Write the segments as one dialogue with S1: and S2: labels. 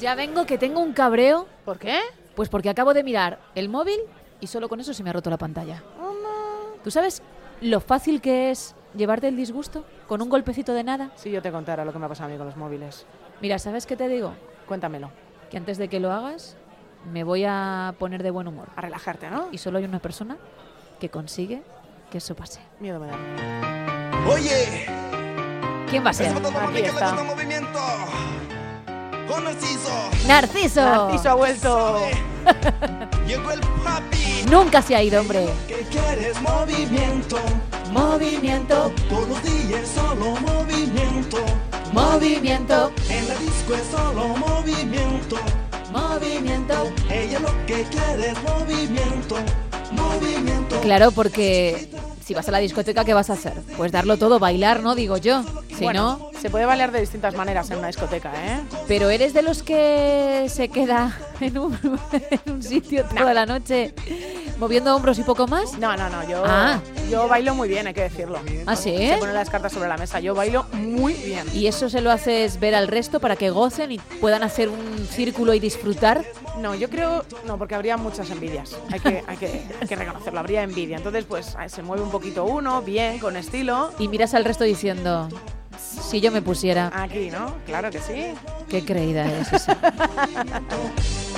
S1: Ya vengo que tengo un cabreo,
S2: ¿Por qué?
S1: pues porque acabo de mirar el móvil y solo con eso se me ha roto la pantalla. ¿Tú sabes lo fácil que es llevarte el disgusto con un golpecito de nada?
S2: Si yo te contara lo que me ha pasado a mí con los móviles.
S1: Mira, ¿sabes qué te digo?
S2: Cuéntamelo.
S1: Que antes de que lo hagas, me voy a poner de buen humor.
S2: A relajarte, ¿no?
S1: Y solo hay una persona que consigue que eso pase.
S2: Miedo me da.
S3: Oye,
S1: ¿Quién va a ser?
S3: estamos todos
S2: aquí
S3: porque le
S2: está.
S3: gusta el movimiento. Con Narciso.
S1: ¡Narciso!
S2: Narciso ha vuelto.
S3: Sabe. Llegó el papi.
S1: Nunca se ha ido, hombre.
S3: Que quieres movimiento.
S1: Movimiento,
S3: Todos los días solo movimiento.
S1: movimiento,
S3: En la disco es solo movimiento.
S1: movimiento.
S3: Ella lo que quiere es movimiento. Movimiento.
S1: Claro, porque si vas a la discoteca, ¿qué vas a hacer? Pues darlo todo, bailar, ¿no? Digo yo. Si
S2: Bueno, se puede bailar de distintas maneras en una discoteca, ¿eh?
S1: no, pero eres de los que se queda en un, en un sitio toda la noche moviendo hombros y poco más.
S2: No, no, no, yo,
S1: Ah.
S2: yo bailo muy bien, hay que decirlo.
S1: ¿Ah, sí?
S2: Se ponen las cartas sobre la mesa, yo bailo muy bien.
S1: Y eso se lo haces ver al resto para que gocen y puedan hacer un círculo y disfrutar.
S2: No, yo creo, no, porque habría muchas envidias, hay que, hay que, hay que reconocerlo, habría envidia. Entonces, pues ah, se mueve un poquito uno, bien, con estilo.
S1: Y miras al resto diciendo, si yo me pusiera,
S2: Aquí, ¿no? Claro que sí.
S1: qué creída es esa.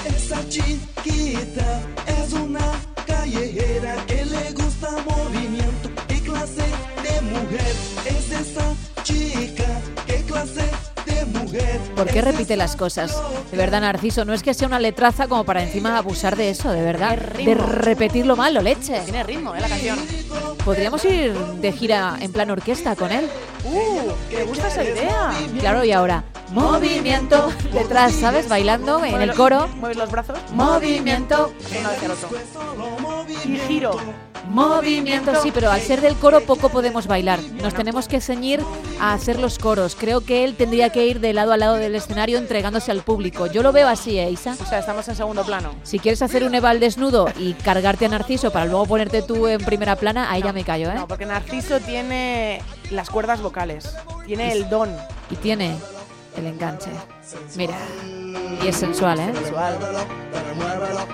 S3: Esa chiquita es una callejera que le gusta movimiento. ¿Qué clase de mujer es esa chica? ¿Qué clase de mujer?
S1: ¿Por qué
S3: es
S1: repite
S3: esa?
S1: las cosas? De verdad, Narciso, no es que sea una letraza como para encima abusar de eso, de verdad.
S2: Qué
S1: De
S2: ritmo.
S1: repetir lo malo, leche.
S2: Tiene ritmo, ¿eh? La canción.
S1: Podríamos ir de gira en plan orquesta con él.
S2: ¡Uh! ¡Me gusta esa idea!
S1: Claro, y ahora, movimiento detrás, ¿sabes? Bailando en el coro.
S2: Mueves los brazos.
S1: Movimiento,
S2: Uno hacia el otro. Y giro.
S1: movimiento. Sí, pero al ser del coro poco podemos bailar. Nos tenemos que ceñir a hacer los coros. Creo que él tendría que ir de lado a lado del escenario entregándose al público. Yo lo veo así, ¿eh, Isa?
S2: O sea, estamos en segundo plano.
S1: Si quieres hacer un Eva al desnudo y cargarte a Narciso para luego ponerte tú en primera plana, ahí ya me callo, ¿eh?
S2: No, porque Narciso tiene las cuerdas vocales. Tiene el don.
S1: Y tiene el enganche. Mira. Y es sensual, ¿eh?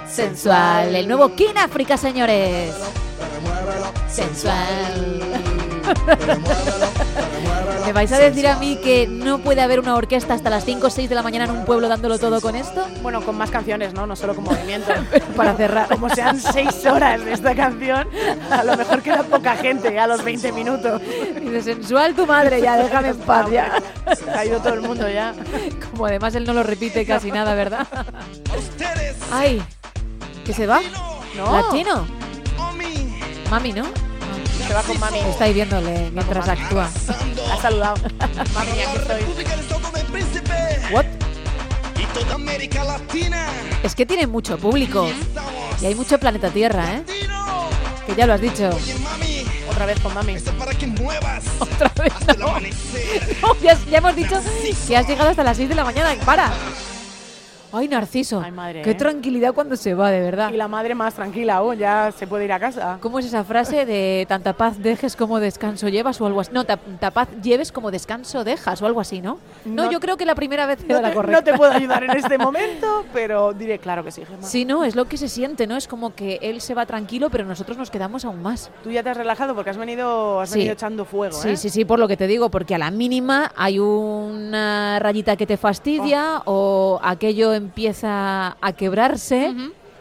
S1: Sensual. El nuevo King África, señores. Sensual. ¿Me vais a decir a mí que no puede haber una orquesta hasta las 5 o 6 de la mañana en un pueblo dándolo todo con esto?
S2: Bueno, con más canciones, ¿no? No solo con movimiento.
S1: Para cerrar.
S2: Como sean seis horas de esta canción, a lo mejor queda poca gente a los 20 minutos.
S1: Dice, sensual tu madre, ya déjame en paz, ya.
S2: Se ha ido todo el mundo ya.
S1: Como además él no lo repite casi nada, ¿verdad? Ay, ¿que se va?
S2: No.
S1: ¿Latino? Mami, ¿no?
S2: Se va con mami.
S1: Estáis viéndole mientras actúa.
S2: Ha saludado. Mami, aquí estoy.
S3: República del Soto del Príncipe
S1: ¿What?
S3: y toda América Latina.
S1: Es que tiene mucho público.
S3: Estamos
S1: Y hay mucho planeta Tierra, ¿eh?
S3: Latino.
S1: Que ya lo has dicho.
S3: Oye, mami,
S2: Otra vez con mami.
S3: esto es para que muevas
S1: Otra vez. Oh,
S3: hasta el amanecer.
S1: Ya, ya hemos dicho que has llegado hasta las 6 de la mañana. ¡Para! Ay, Narciso.
S2: Ay, madre,
S1: Qué
S2: ¿eh?
S1: tranquilidad cuando se va, de verdad.
S2: Y la madre más tranquila aún, ya se puede ir a casa.
S1: ¿Cómo es esa frase de tanta paz dejes como descanso llevas o algo así? No, tanta paz lleves como descanso dejas o algo así, ¿no? No,
S2: No-
S1: yo creo que la primera vez era
S2: No
S1: la
S2: te,
S1: correcta.
S2: no te puedo ayudar en este momento, pero diré claro que sí, Gemma.
S1: Sí, no, es lo que se siente, ¿no? Es como que él se va tranquilo, pero nosotros nos quedamos aún más.
S2: Tú ya te has relajado porque has venido, has
S1: Sí.
S2: venido echando fuego,
S1: Sí,
S2: ¿eh?
S1: sí, sí, por lo que te digo, porque a la mínima hay una rayita que te fastidia
S2: Oh.
S1: o aquello empieza a quebrarse,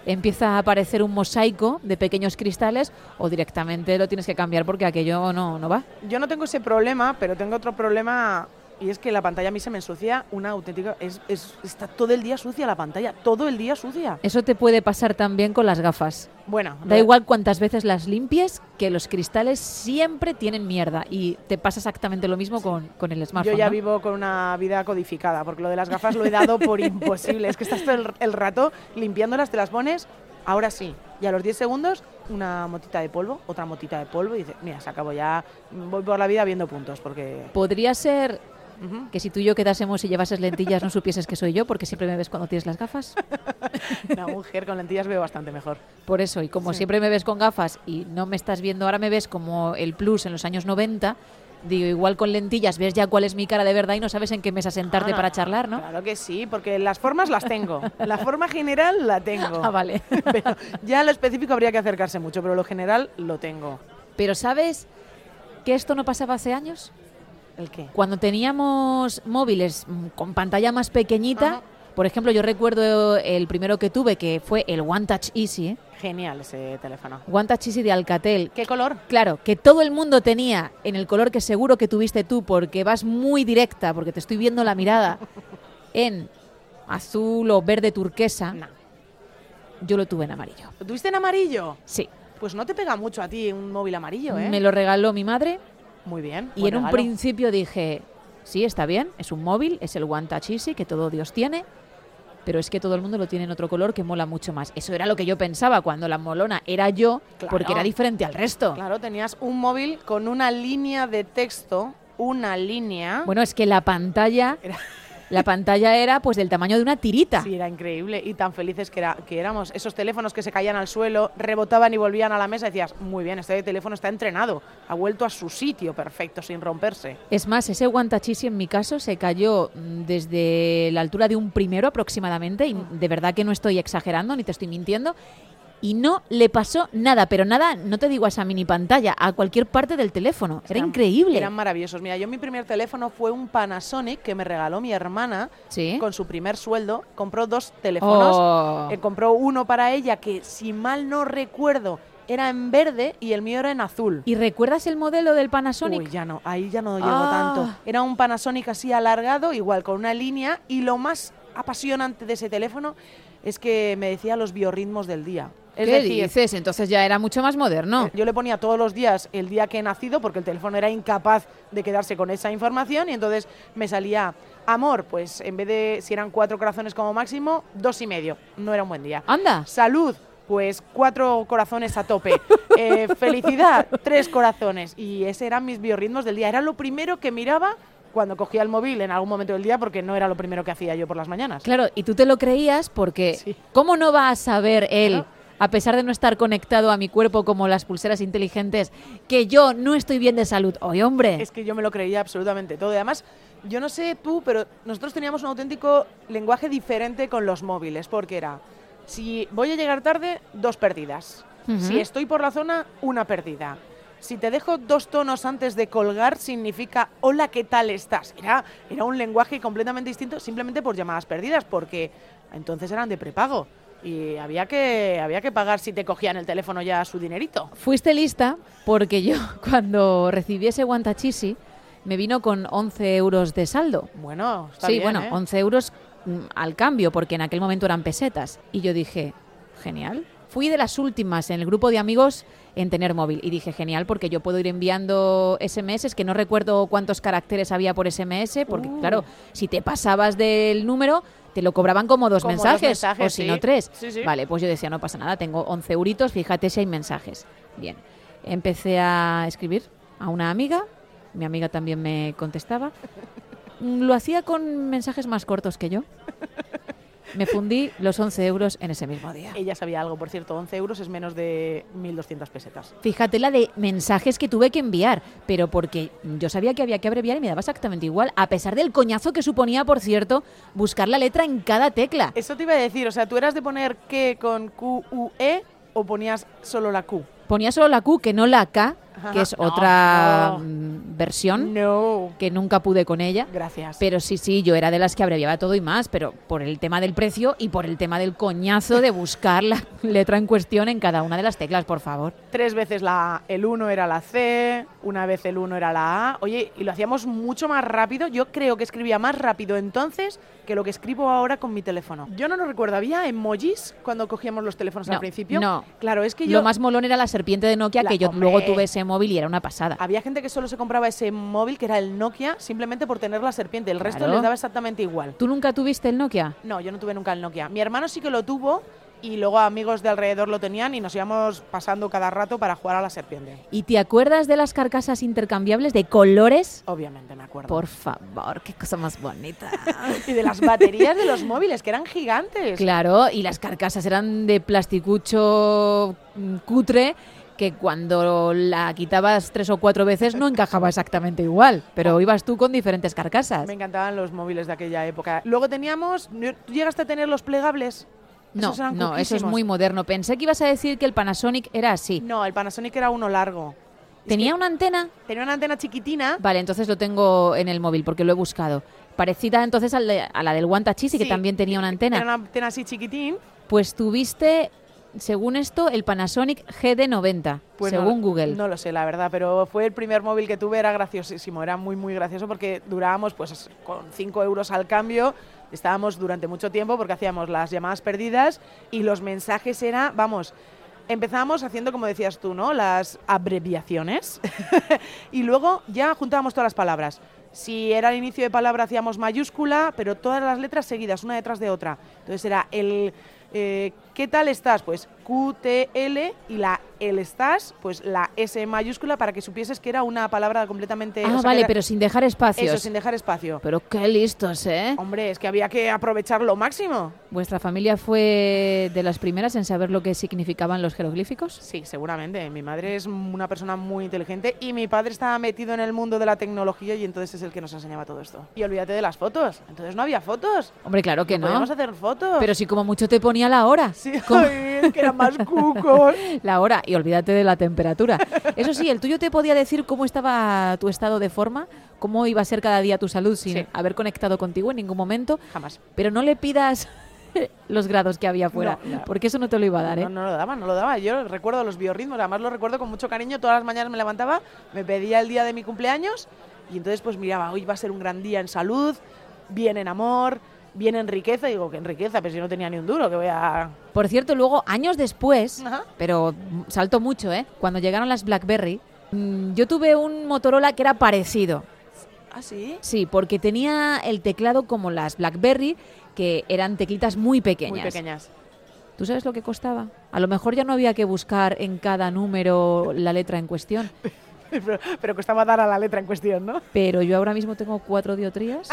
S1: empieza a aparecer un mosaico de pequeños cristales o directamente lo tienes que cambiar porque aquello no, no va.
S2: Yo no tengo ese problema, pero tengo otro problema y es que la pantalla a mí se me ensucia una auténtica... Es, es- está todo el día sucia la pantalla, todo el día sucia.
S1: Eso te puede pasar también con las gafas.
S2: Bueno, eh,
S1: Da igual cuántas veces las limpies, que los cristales siempre tienen mierda y te pasa exactamente lo mismo con, con el smartphone.
S2: Yo ya
S1: ¿no?
S2: vivo con una vida codificada, porque lo de las gafas lo he dado por imposible. Es que estás todo el, el rato limpiándolas, te las pones, ahora sí. Y a los 10 segundos, una motita de polvo, otra motita de polvo, y dices, mira, se acabó ya, voy por la vida viendo puntos, porque...
S1: Podría ser
S2: Ujú.
S1: que si tú y yo quedásemos y llevases lentillas no supieses que soy yo porque siempre me ves cuando tienes las gafas.
S2: Una mujer con lentillas veo bastante mejor.
S1: Por eso, y como
S2: Sí.
S1: siempre me ves con gafas y no me estás viendo, ahora me ves como el plus en los años 90, Digo, igual con lentillas ves ya cuál es mi cara de verdad y no sabes en qué mesa sentarte
S2: Ah,
S1: para charlar, ¿no?
S2: Claro que sí, porque las formas las tengo. La forma general la tengo.
S1: Ah, vale.
S2: Pero ya lo específico habría que acercarse mucho, pero lo general lo tengo.
S1: Pero ¿sabes que esto no pasaba hace años?
S2: ¿El qué?
S1: Cuando teníamos móviles mm, con pantalla más pequeñita,
S2: Ajá.
S1: por ejemplo, yo recuerdo el primero que tuve, que fue el One Touch Easy, ¿eh?
S2: Genial ese teléfono.
S1: One Touch Easy de Alcatel.
S2: ¿Qué color?
S1: Claro, que todo el mundo tenía en el color que seguro que tuviste tú, porque vas muy directa, porque te estoy viendo la mirada, en azul o verde turquesa,
S2: No.
S1: yo lo tuve en amarillo.
S2: ¿Lo tuviste en amarillo?
S1: Sí,
S2: Pues no te pega mucho a ti un móvil amarillo, ¿eh?
S1: me lo regaló mi madre
S2: Muy bien.
S1: y
S2: buen
S1: en un
S2: regalo.
S1: principio dije, sí, está bien, es un móvil, es el One Touch Easy que todo Dios tiene, pero es que todo el mundo lo tiene en otro color que mola mucho más. Eso era lo que yo pensaba cuando la molona era yo, porque
S2: Claro.
S1: era diferente al resto.
S2: Claro, tenías un móvil con una línea de texto, una línea.
S1: Bueno, es que la pantalla...
S2: Era-
S1: La pantalla era pues del tamaño de una tirita.
S2: Sí, era increíble y tan felices que, era, que éramos. Esos teléfonos que se caían al suelo, rebotaban y volvían a la mesa. Decías, muy bien, este teléfono está entrenado, ha vuelto a su sitio perfecto, sin romperse.
S1: Es más, ese guantachisi en mi caso se cayó mm, desde la altura de un primero aproximadamente, y
S2: Mm.
S1: de verdad que no estoy exagerando ni te estoy mintiendo, y no le pasó nada, pero nada, no te digo a esa mini pantalla, a cualquier parte del teléfono. Era
S2: Eran-
S1: increíble.
S2: Eran maravillosos. Mira, yo mi primer teléfono fue un Panasonic que me regaló mi hermana
S1: Sí.
S2: con su primer sueldo. Compró dos teléfonos.
S1: ¿Eh? Oh.
S2: Eh, compró uno para ella que, si mal no recuerdo, era en verde y el mío era en azul.
S1: ¿Y recuerdas el modelo del Panasonic?
S2: Uy, ya no, ahí ya no llego
S1: Ah.
S2: tanto. Era un Panasonic así alargado, igual con una línea, y lo más apasionante de ese teléfono es que me decía los biorritmos del día. Es decir,
S1: dices? Entonces ya era mucho más moderno.
S2: eh, yo le ponía todos los días el día que he nacido, porque el teléfono era incapaz de quedarse con esa información, y entonces me salía amor, pues en vez de si eran cuatro corazones como máximo, dos y medio. No era un buen día.
S1: Anda.
S2: Salud, pues cuatro corazones a tope. Eh, felicidad, tres corazones. Y ese eran mis biorritmos del día. Era lo primero que miraba cuando cogía el móvil en algún momento del día, porque no era lo primero que hacía yo por las mañanas.
S1: Claro, y tú te lo creías porque
S2: Sí.
S1: ¿cómo no va a saber él,
S2: Claro.
S1: a pesar de no estar conectado a mi cuerpo como las pulseras inteligentes, que yo no estoy bien de salud? Oye, hombre,
S2: Es que yo me lo creía absolutamente todo. Y además, yo no sé tú, pero nosotros teníamos un auténtico lenguaje diferente con los móviles, porque era, si voy a llegar tarde, dos pérdidas.
S1: Ujú.
S2: Si estoy por la zona, una pérdida. Si te dejo dos tonos antes de colgar, significa hola, ¿qué tal estás? Era, era un lenguaje completamente distinto simplemente por llamadas perdidas, porque entonces eran de prepago. Y había que, había que pagar si te cogían el teléfono ya su dinerito.
S1: fuiste lista porque yo cuando recibí ese guantachisi me vino con 11 euros de saldo.
S2: Bueno, está
S1: sí,
S2: bien,
S1: bueno,
S2: ¿eh?
S1: 11 euros mm, al cambio, porque en aquel momento eran pesetas. Y yo dije, genial. Fui de las últimas en el grupo de amigos en tener móvil. Y dije, genial, porque yo puedo ir enviando SMS, que no recuerdo cuántos caracteres había por SMS, porque
S2: Uh.
S1: claro, si te pasabas del número, te lo cobraban como dos,
S2: Como dos
S1: mensajes, o
S2: mensajes,
S1: si
S2: sí.
S1: no tres.
S2: Sí, sí.
S1: Vale, pues yo decía, no pasa nada, tengo 11 euritos, fíjate si hay mensajes. Bien, empecé a escribir a una amiga, mi amiga también me contestaba, Mm, Lo hacía con mensajes más cortos que yo. Me fundí los 11 euros en ese mismo día.
S2: Ella sabía algo, por cierto, 11 euros es menos de 1.200 pesetas.
S1: Fíjate la de mensajes que tuve que enviar, pero porque yo sabía que había que abreviar y me daba exactamente igual, a pesar del coñazo que suponía, por cierto, buscar la letra en cada tecla.
S2: Eso te iba a decir, o sea, tú eras de poner que con Q, U, E o ponías solo la Q.
S1: Ponía solo la Q, que no la K, que es
S2: No,
S1: otra
S2: no.
S1: mm, versión
S2: No.
S1: que nunca pude con ella.
S2: Gracias.
S1: Pero sí, sí, yo era de las que abreviaba todo y más, pero por el tema del precio y por el tema del coñazo de buscar la letra en cuestión en cada una de las teclas, por favor.
S2: Tres veces la A, el 1 era la C, una vez el 1 era la A. Oye, y lo hacíamos mucho más rápido. Yo creo que escribía más rápido entonces que lo que escribo ahora con mi teléfono. Yo no lo recuerdo. ¿Había emojis cuando cogíamos los teléfonos al
S1: No,
S2: principio?
S1: no.
S2: Claro, es que yo...
S1: Lo más molón era la serpiente de Nokia,
S2: La-
S1: que yo
S2: hombre.
S1: luego tuve ese móvil y era una pasada.
S2: Había gente que solo se compraba ese móvil, que era el Nokia, simplemente por tener la serpiente. El resto
S1: Claro.
S2: les daba exactamente igual.
S1: ¿Tú nunca tuviste el Nokia?
S2: No, yo no tuve nunca el Nokia. Mi hermano sí que lo tuvo y luego amigos de alrededor lo tenían y nos íbamos pasando cada rato para jugar a la serpiente.
S1: ¿Y te acuerdas de las carcasas intercambiables de colores?
S2: Obviamente, me acuerdo.
S1: Por favor, qué cosa más bonita.
S2: Y de las baterías de los móviles, que eran gigantes.
S1: claro, y las carcasas eran de plasticucho mm, cutre que cuando la quitabas tres o cuatro veces no encajaba exactamente igual, pero ibas tú con diferentes carcasas.
S2: Oh. Me encantaban los móviles de aquella época. Luego teníamos, ¿tú llegaste a tener los plegables?
S1: No,
S2: Esos eran
S1: no, eso es
S2: coquísimos.
S1: muy moderno. Pensé que ibas a decir que el Panasonic era así.
S2: No, el Panasonic era uno largo. Es
S1: ¿Tenía
S2: que
S1: una antena?
S2: tenía una antena chiquitina.
S1: Vale, entonces lo tengo en el móvil porque lo he buscado. Parecida entonces al de- a la del Guantachisi, que
S2: Sí,
S1: también tenía una antena.
S2: Era una antena así chiquitín.
S1: Pues tuviste, según esto, el Panasonic GD90,
S2: Pues no
S1: según
S2: lo-
S1: Google.
S2: No lo sé, la verdad, pero fue el primer móvil que tuve, era graciosísimo, era muy, muy gracioso porque durábamos pues con 5 euros al cambio, estábamos durante mucho tiempo porque hacíamos las llamadas perdidas y los mensajes era, vamos, empezábamos haciendo, como decías tú, ¿no? Las abreviaciones y luego ya juntábamos todas las palabras. Si era el inicio de palabra hacíamos mayúscula, pero todas las letras seguidas, una detrás de otra. Entonces era el eh, ¿qué tal estás? Pues Q, T, L y la L estás, pues la S mayúscula para que supieses que era una palabra completamente...
S1: ah,
S2: o sea, que
S1: vale,
S2: era-
S1: pero sin dejar espacios.
S2: Eso, sin dejar espacio.
S1: Pero qué listos, ¿eh?
S2: Hombre, es que había que aprovechar lo máximo.
S1: ¿Vuestra familia fue de las primeras en saber lo que significaban los jeroglíficos?
S2: Sí, seguramente. Mi madre es una persona muy inteligente y mi padre estaba metido en el mundo de la tecnología y entonces es el que nos enseñaba todo esto. Y olvídate de las fotos. Entonces no había fotos.
S1: Hombre, claro que no.
S2: Podíamos hacer fotos.
S1: Pero sí, como mucho te ponía la hora.
S2: sí,
S1: Como-
S2: ay, es que eran más cucos.
S1: La hora, y olvídate de la temperatura. Eso sí, el tuyo te podía decir cómo estaba tu estado de forma, cómo iba a ser cada día tu salud sin
S2: Sí.
S1: haber conectado contigo en ningún momento,
S2: Jamás.
S1: pero no le pidas los grados que había fuera,
S2: No, no.
S1: porque eso no te lo iba a dar, ¿eh?
S2: No, no lo daba, no lo daba. Yo recuerdo los biorritmos, además lo recuerdo con mucho cariño. Todas las mañanas me levantaba, me pedía el día de mi cumpleaños y entonces pues miraba, hoy va a ser un gran día en salud, bien en amor, bien en riqueza. Y digo, que en riqueza, pero si no tenía ni un duro, que voy a...
S1: Por cierto, luego, años después,
S2: Ajá.
S1: pero mm, salto mucho, ¿eh? Cuando llegaron las BlackBerry, mm, yo tuve un Motorola que era parecido.
S2: ¿Ah, sí?
S1: Sí, porque tenía el teclado como las BlackBerry, que eran teclitas muy pequeñas.
S2: Muy pequeñas.
S1: ¿Tú sabes lo que costaba? A lo mejor ya no había que buscar en cada número la letra en cuestión,
S2: Pero, pero costaba dar a la letra en cuestión, ¿no?
S1: pero yo ahora mismo tengo cuatro diotrías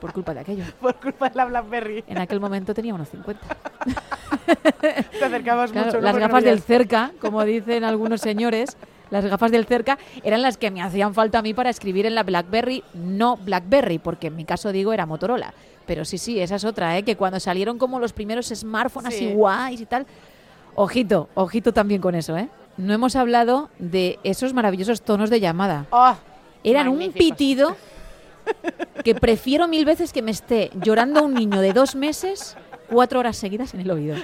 S1: por culpa de aquello.
S2: Por culpa de la Blackberry.
S1: En aquel momento tenía unos 50.
S2: Te acercabas
S1: Claro,
S2: mucho. ¿no?
S1: las
S2: Porque no
S1: gafas del
S2: veías.
S1: cerca, como dicen algunos señores, las gafas del cerca eran las que me hacían falta a mí para escribir en la BlackBerry, no BlackBerry, porque en mi caso digo era Motorola. Pero sí, sí, esa es otra, ¿eh? que cuando salieron como los primeros smartphones
S2: Sí.
S1: así guays y tal, ojito, ojito también con eso, ¿eh? No hemos hablado de esos maravillosos tonos de llamada.
S2: ¡Ah!
S1: Eran un
S2: Magníficos.
S1: pitido que prefiero mil veces que me esté llorando un niño de dos meses cuatro horas seguidas en el oído.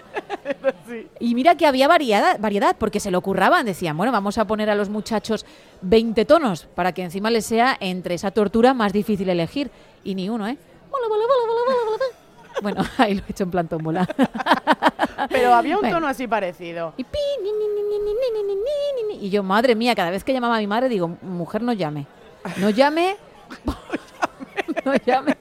S2: Sí.
S1: Y mira que había variedad, variedad, porque se lo curraban. Decían, bueno, vamos a poner a los muchachos 20 tonos para que encima les sea entre esa tortura más difícil elegir. Y ni uno, ¿eh? Bola, bola, bola, bola, bola, bola, bola. Bueno, ahí lo he hecho en plan tómbola.
S2: Ah, Pero había un
S1: Bueno.
S2: tono así parecido.
S1: Y, pi, ni, ni, ni, ni, ni, ni, ni, ni, ni, ni. y yo, madre mía, cada vez que llamaba a mi madre digo, mujer, no llame. No llame. No llame.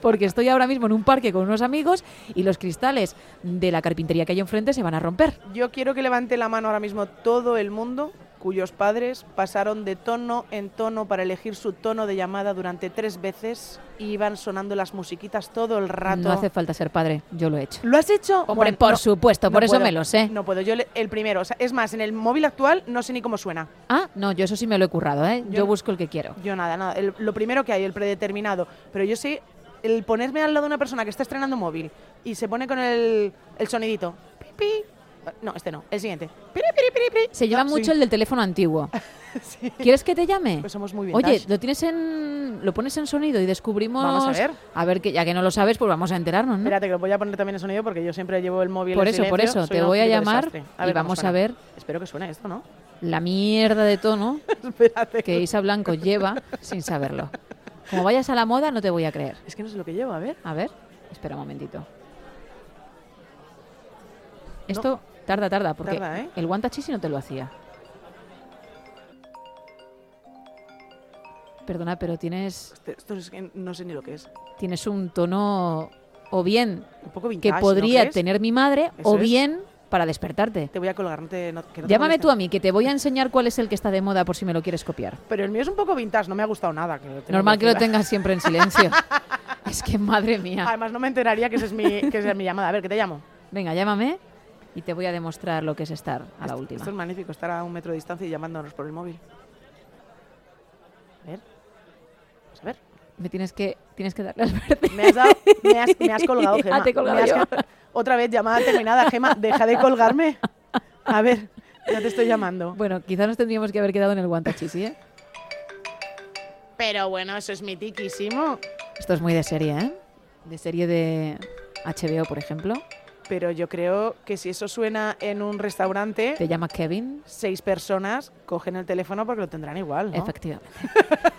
S1: Porque estoy ahora mismo en un parque con unos amigos y los cristales de la carpintería que hay enfrente se van a romper.
S2: Yo quiero que levante la mano ahora mismo todo el mundo cuyos padres pasaron de tono en tono para elegir su tono de llamada durante tres veces y iban sonando las musiquitas todo el rato.
S1: No hace falta ser padre, yo lo he hecho.
S2: ¿Lo has hecho?
S1: Hombre,
S2: Bueno,
S1: por
S2: no,
S1: supuesto,
S2: no
S1: por eso
S2: puedo.
S1: me lo sé.
S2: No puedo, yo le- el primero. o sea, es más, en el móvil actual no sé ni cómo suena.
S1: Ah, no, yo eso sí me lo he currado, ¿eh? Yo,
S2: Yo-
S1: busco el que quiero.
S2: Yo nada, nada. El- lo primero que hay, el predeterminado. Pero yo sí, el ponerme al lado de una persona que está estrenando un móvil y se pone con el, el sonidito. Pi, pi. No, este no, el siguiente. Piri, piri, piri, piri.
S1: Se
S2: No,
S1: lleva
S2: sí.
S1: mucho el del teléfono antiguo.
S2: Sí.
S1: ¿Quieres que te llame?
S2: Pues somos muy
S1: Oye,
S2: vintage.
S1: lo tienes en, lo pones en sonido y descubrimos.
S2: Vamos a ver.
S1: A ver que ya que no lo sabes, pues vamos a enterarnos, ¿no?
S2: Espérate, que voy a poner también el sonido porque yo siempre llevo el móvil
S1: Por
S2: en
S1: eso, por
S2: silencio,
S1: eso,
S2: soy
S1: te
S2: un
S1: voy a
S2: auténtico
S1: llamar
S2: desastre.
S1: y
S2: ver cómo
S1: vamos a
S2: suena.
S1: ver
S2: Espero que suene esto, ¿no?
S1: la mierda de tono
S2: Espérate.
S1: que Isa Blanco lleva sin saberlo. Como vayas a la moda, no te voy a creer.
S2: Es que no sé lo que llevo, a ver.
S1: A ver, espera un momentito. Esto tarda, tarda, porque
S2: Tarda, ¿eh?
S1: el guantachisi no te lo hacía. Perdona, pero tienes,
S2: Este- Esto es que no sé ni lo que es.
S1: tienes un tono o bien
S2: Un poco vintage,
S1: que
S2: ¿no
S1: podría
S2: crees?
S1: tener mi madre
S2: Eso
S1: o
S2: es.
S1: bien para despertarte.
S2: Te voy a colgar, no te, no, que no te
S1: Llámame tú
S2: moleste.
S1: a mí, que te voy a enseñar cuál es el que está de moda por si me lo quieres copiar.
S2: Pero el mío es un poco vintage, no me ha gustado nada. que te
S1: Normal que lo
S2: decir.
S1: tengas siempre en silencio. es que madre mía.
S2: Ah. Además, no me enteraría que esa es mi, que esa es mi llamada. A ver, ¿qué te llamo?
S1: Venga, llámame. y te voy a demostrar lo que es estar a la
S2: Esto-
S1: última.
S2: Esto es magnífico, estar a un metro de distancia y llamándonos por el móvil. A ver. Vamos a ver.
S1: Me tienes que, tienes que darle al verde.
S2: Me has, dado- me has- me has colgado,
S1: Ah,
S2: Gema.
S1: te he colgado
S2: Me has
S1: yo.
S2: ca- Otra vez, llamada terminada, Gema. Deja de colgarme. A ver, ya te estoy llamando.
S1: Bueno, quizás nos tendríamos que haber quedado en el guantachisi, ¿eh?
S2: Pero bueno, eso es mitiquísimo.
S1: Esto es muy de serie, ¿eh? De serie de HBO, por ejemplo.
S2: Pero yo creo que si eso suena en un restaurante,
S1: Te llama Kevin.
S2: seis personas cogen el teléfono porque lo tendrán igual, ¿no?
S1: Efectivamente.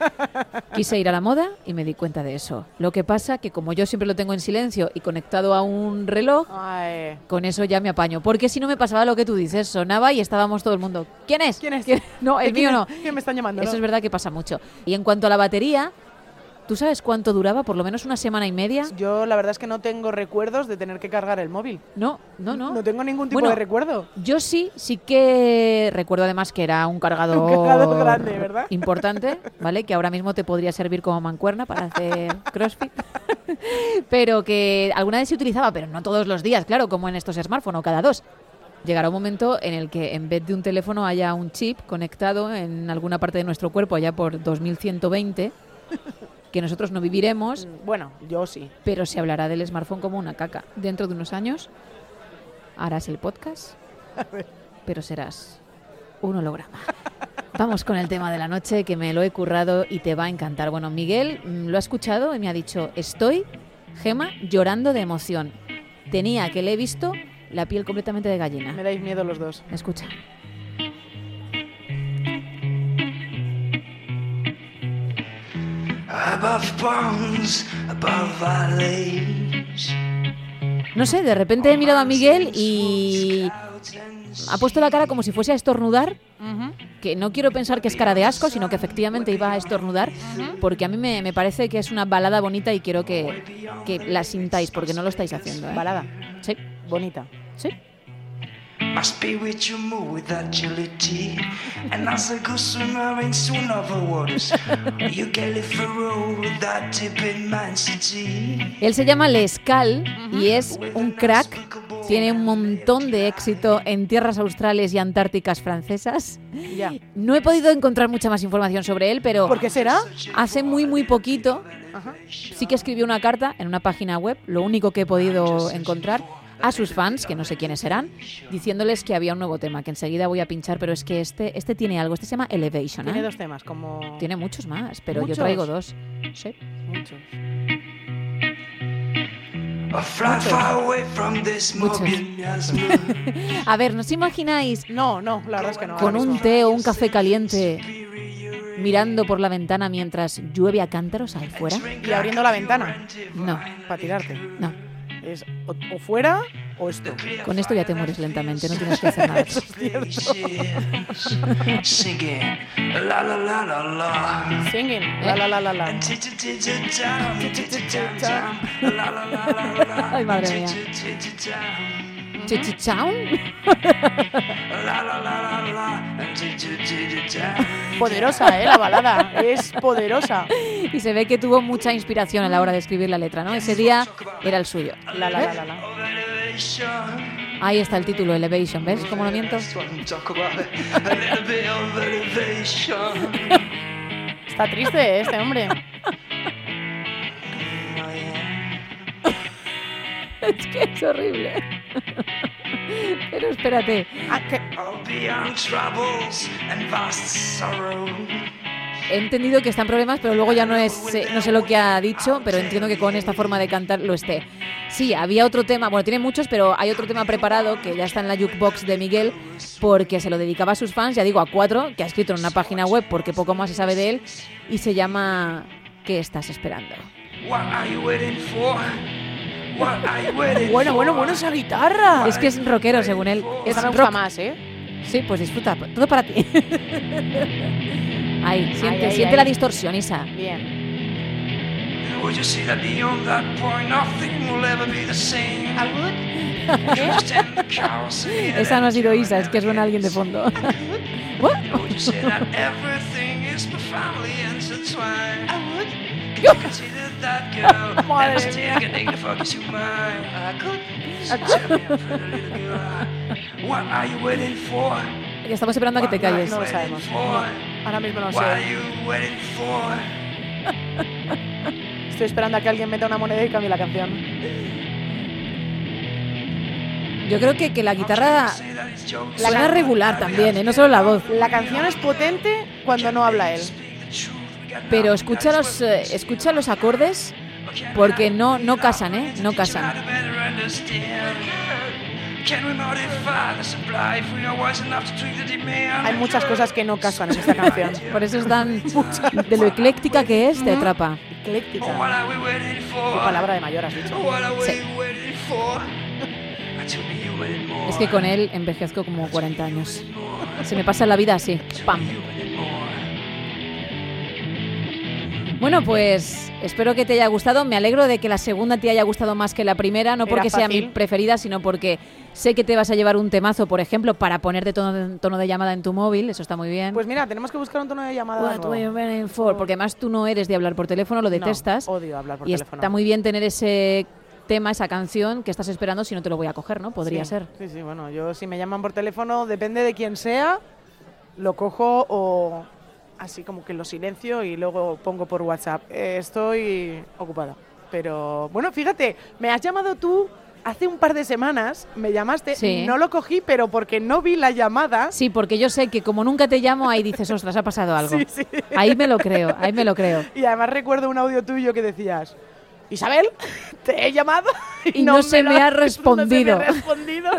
S1: Quise ir a la moda y me di cuenta de eso. Lo que pasa que como yo siempre lo tengo en silencio y conectado a un reloj,
S2: Ay.
S1: con eso ya me apaño. Porque si no me pasaba lo que tú dices, sonaba y estábamos todo el mundo. ¿Quién es?
S2: ¿Quién es?
S1: No, el
S2: ¿De quién
S1: mío no.
S2: es? ¿Quién me están llamando?
S1: Eso
S2: no?
S1: es verdad que pasa mucho. Y en cuanto a la batería, ¿tú sabes cuánto duraba? ¿Por lo menos una semana y media?
S2: Yo la verdad es que no tengo recuerdos de tener que cargar el móvil.
S1: No, no, no.
S2: No tengo ningún tipo
S1: Bueno,
S2: de recuerdo.
S1: Yo sí, sí que recuerdo además que era un cargador,
S2: Un cargador grande, ¿verdad?
S1: importante, ¿vale? Que ahora mismo te podría servir como mancuerna para hacer crossfit. pero que alguna vez se utilizaba, pero no todos los días, claro, como en estos smartphones, o cada dos. Llegará un momento en el que en vez de un teléfono haya un chip conectado en alguna parte de nuestro cuerpo, allá por 2120, que nosotros no viviremos,
S2: Mm, Bueno, yo sí.
S1: pero se hablará del smartphone como una caca. Dentro de unos años harás el podcast, pero serás un holograma. Vamos con el tema de la noche que me lo he currado y te va a encantar. Bueno, Miguel mm, lo ha escuchado y me ha dicho, estoy, Gema, llorando de emoción. Tenía que le he visto la piel completamente de
S2: Me
S1: gallina.
S2: dais miedo los dos.
S1: Escucha.
S3: Above ponds, above valleys.
S1: No sé, de repente he mirado a Miguel y ha puesto la cara como si fuese a estornudar que no quiero pensar que es cara de asco, sino que efectivamente iba a estornudar, porque a mí me, me parece que es una balada bonita y quiero que, que la sintáis, porque no lo estáis haciendo. ¿eh?
S2: Balada.
S1: Sí,
S2: Bonita.
S1: sí.
S3: Must be with your move with agility. And as a goose swimming soon of the waters. You get it for all with that deep immensity.
S1: Él se llama Lescal y es un crack. Tiene un montón de éxito en tierras australes y antárticas francesas.
S2: Ya.
S1: No he podido encontrar mucha más información sobre él, pero
S2: ¿Por qué será?
S1: hace muy, muy poquito
S2: Ajá.
S1: sí que escribió una carta en una página web, lo único que he
S2: Ah,
S1: podido encontrar, a sus fans, que no sé quiénes serán, diciéndoles que había un nuevo tema, que enseguida voy a pinchar, pero es que este, este tiene algo, este se llama Elevation. ¿eh?
S2: Tiene dos temas, como.
S1: Tiene muchos más, pero
S2: ¿Muchos?
S1: yo traigo dos. Sí.
S2: Muchos.
S3: I fly far away from this
S1: Muchas.
S3: moving miasma.
S1: A ver, ¿nos imagináis
S2: No, no, la verdad es que Ah, no.
S1: con
S2: ahora
S1: un
S2: mismo.
S1: té o un café caliente mirando por la ventana mientras llueve a cántaros ahí fuera?
S2: Y abriendo la ventana
S1: No,
S2: para tirarte.
S1: no.
S2: Es o, o fuera o esto.
S1: Con esto ya te mueres lentamente, no tienes que hacer nada.
S3: Singing la la la la la.
S2: Singing.
S1: ¿Eh?
S2: La, la, la, la, la.
S3: And ti- ti- ti- ti- tam, ti- ti- tam, tam, la, la, la, la, la.
S1: Ay, madre
S3: Ti-
S1: mía.
S3: ti- ti- ti- tam,
S1: Chichichaun.
S3: la, la, la, la, la. And ti- ti- ti- ti- tam.
S2: Poderosa, ¿eh? La balada. Es poderosa.
S1: Y se ve que tuvo mucha inspiración a la hora de escribir la letra, ¿no? Ese día era el suyo.
S2: La, la, la, la, la.
S3: Of elevation.
S1: Ahí está el título, Elevation, ¿ves cómo lo miento?
S3: That's what I'm talking about. A little bit of elevation.
S2: Está triste ¿eh? este hombre.
S3: Oh, yeah.
S1: Es que es horrible. Pero espérate,
S2: Ah, que-
S3: All beyond troubles and vast sorrow.
S1: he entendido que están problemas, pero luego ya no es, eh, no sé lo que ha dicho, pero entiendo que con esta forma de cantar lo esté. Sí, había otro tema, bueno, tiene muchos, pero hay otro tema preparado que ya está en la jukebox de Miguel porque se lo dedicaba a sus fans, ya digo a cuatro, que ha escrito en una página web porque poco más se sabe de él y se llama ¿Qué estás esperando?
S3: What are you waiting for? What are you waiting
S2: Bueno,
S3: for?
S2: bueno, bueno esa guitarra.
S1: Es que es rockero, según él. Es
S2: Esa me gusta
S1: rock.
S2: más, ¿eh?
S1: Sí, pues disfruta. Todo para ti. Ahí, siente,
S2: ay,
S1: siente
S2: ay.
S1: la distorsión, Isa.
S2: Bien.
S3: Would you see that beyond that point nothing will ever be the same? Just in the chaos and
S1: Esa no ha sido Isa, es que suena alguien de fondo. What?
S3: Would you say that everything is profoundly intertwined? Consider that girl.
S2: Madre
S3: And still can take the fucking superman. I could be so tell me, pretty little girl. What are you waiting for?
S1: Ya estamos esperando a que te
S3: What are you
S1: calles.
S2: No lo sabemos.
S3: waiting for?
S2: Ahora mismo no lo
S3: What are
S2: sé.
S3: you waiting for?
S2: Estoy esperando a que alguien meta una moneda y cambie la canción.
S1: Yo creo que, que la guitarra suena
S2: can-
S1: regular también, ¿eh? no solo la voz.
S2: La canción es potente cuando no habla él.
S1: Pero escucha los, eh, escucha los acordes porque no, no casan, ¿eh? No casan.
S2: Hay muchas cosas que no casan en esta canción.
S1: Por eso es tan. De lo ecléctica que es, te atrapa.
S2: Ecléctica. Qué palabra de mayor has dicho.
S1: Es que con él envejezco como 40 años. Se me pasa la vida así. ¡Pam! Bueno, pues espero que te haya gustado. Me alegro de que la segunda te haya gustado más que la primera, no
S2: Era
S1: porque sea mi
S2: fácil.
S1: preferida, sino porque sé que te vas a llevar un temazo, por ejemplo, para ponerte tono, tono de llamada en tu móvil. Eso está muy bien.
S2: Pues mira, tenemos que buscar un tono de llamada.
S1: What
S2: nuevo.
S1: we waiting for, Porque además tú no eres de hablar por teléfono, lo
S2: No,
S1: detestas.
S2: odio hablar por
S1: y
S2: teléfono.
S1: está muy bien tener ese tema, esa canción que estás esperando, si no te lo voy a coger, ¿no? Podría
S2: Sí,
S1: ser.
S2: Sí, sí, bueno, yo si me llaman por teléfono, depende de quién sea, lo cojo o así como que lo silencio y luego pongo por WhatsApp. Eh, estoy ocupada. Pero bueno, fíjate, me has llamado tú hace un par de semanas, me llamaste,
S1: Sí.
S2: no lo cogí, pero porque no vi la llamada.
S1: Sí, porque yo sé que como nunca te llamo, ahí dices, ostras, ha pasado algo.
S2: Sí, sí.
S1: Ahí me lo creo, ahí me lo creo.
S2: Y además recuerdo un audio tuyo que decías, Isabel, te he llamado
S1: Y no se me ha
S2: has- no se me
S1: respondido".
S2: ha respondido.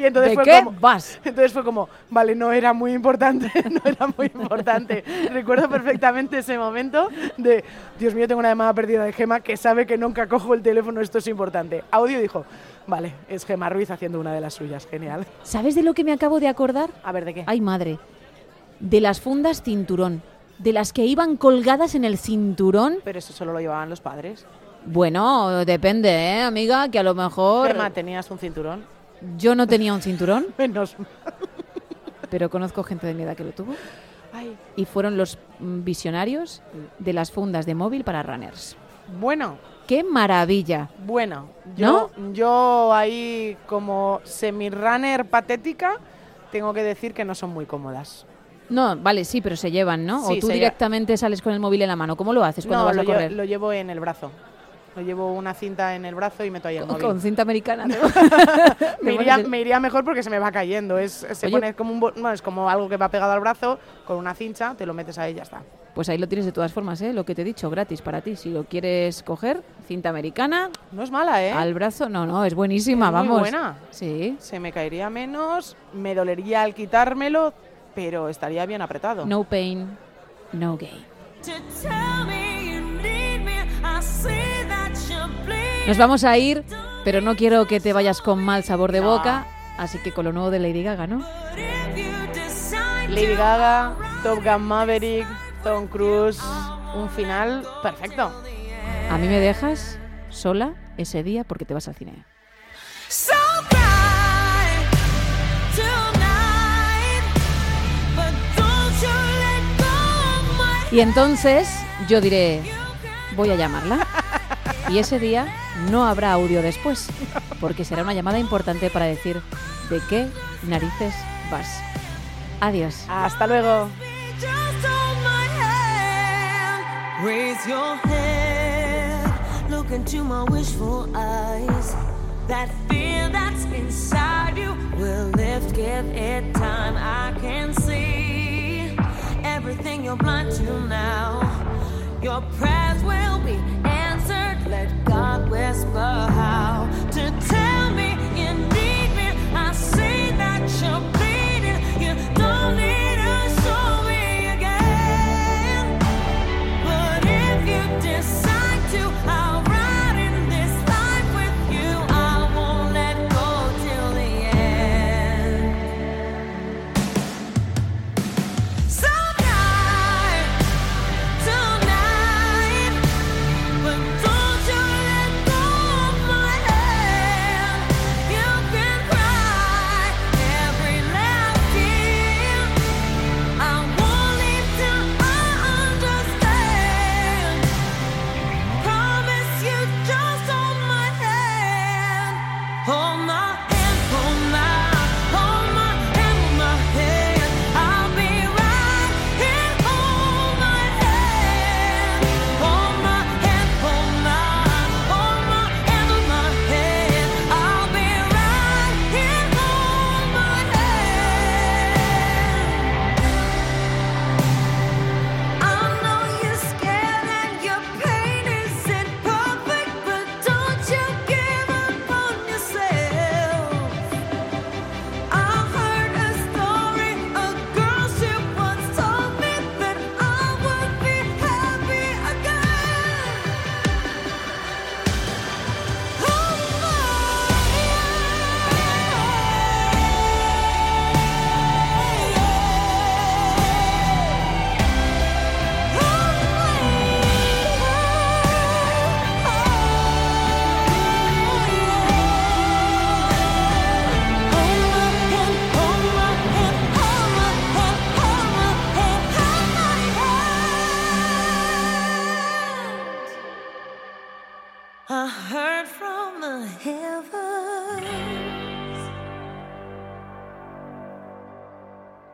S2: y entonces
S1: ¿De
S2: fue
S1: qué
S2: como,
S1: vas?
S2: Entonces fue como, vale, no era muy importante, no era muy importante. Recuerdo perfectamente ese momento de, Dios mío, tengo una llamada perdida de Gema que sabe que nunca cojo el teléfono, esto es importante. Audio dijo, vale, es Gema Ruiz haciendo una de las suyas, genial.
S1: ¿Sabes de lo que me acabo de acordar?
S2: A ver, ¿de qué?
S1: Ay, madre. De las fundas cinturón. De las que iban colgadas en el cinturón.
S2: Pero eso solo lo llevaban los padres.
S1: Bueno, depende, ¿eh, amiga? Que a lo mejor
S2: Gema, tenías un cinturón.
S1: yo no tenía un cinturón,
S2: Menos. mal.
S1: pero conozco gente de mi edad que lo tuvo.
S2: Ay,
S1: Y fueron los mm, visionarios de las fundas de móvil para runners.
S2: bueno,
S1: ¡Qué maravilla!
S2: Bueno, yo, yo ahí como semi-runner patética, tengo que decir que no son muy cómodas.
S1: No, vale, sí, pero se llevan, ¿no?
S2: Sí,
S1: o tú
S2: se
S1: directamente sales con el móvil en la mano. ¿Cómo lo haces cuando
S2: no,
S1: vas
S2: lo,
S1: a
S2: lle-
S1: correr?
S2: lo llevo en el brazo. Lo llevo una cinta en el brazo y meto ahí el
S1: Con-
S2: móvil.
S1: Con cinta americana. ¿no?
S2: me,
S1: Te
S2: iría,
S1: pones el-
S2: me iría mejor porque se me va cayendo. Es, se
S1: Oye.
S2: pone como un bo- no, es como algo que va pegado al brazo, con una cincha, te lo metes ahí y ya está.
S1: Pues ahí lo tienes de todas formas, ¿eh? Lo que te he dicho, gratis para ti. Si lo quieres coger, cinta americana,
S2: No es mala, ¿eh?
S1: al brazo. No, no, es buenísima,
S2: Es muy
S1: vamos.
S2: buena.
S1: Sí.
S2: Se me caería menos, me dolería al quitármelo, pero estaría bien apretado.
S1: No pain, no gain. Nos vamos a ir, pero no quiero que te vayas con mal sabor de boca, así que con lo nuevo de Lady Gaga, ¿no?
S2: Lady Gaga, Top Gun Maverick, Tom Cruise, un final perfecto.
S1: A mí me dejas sola ese día porque te vas al cine.
S4: So bright tonight, but don't you let go of my
S1: Y entonces yo diré, voy a llamarla. Y ese día no habrá audio después, porque será una llamada importante para decir de qué narices vas. Adiós.
S2: Hasta luego.
S4: just hold my hand. Raise your head, look into my wishful eyes. That fear that's inside you will lift, give it time. I can see everything you're blind to now. Your prayers will be answered. Let God whisper how to tell me you need me. I see that you're bleeding. You don't need to show me again. But if you decide to, I'll ride in this life with you. I won't let go till the end. Sometime tonight, but don't you let go of my heaven.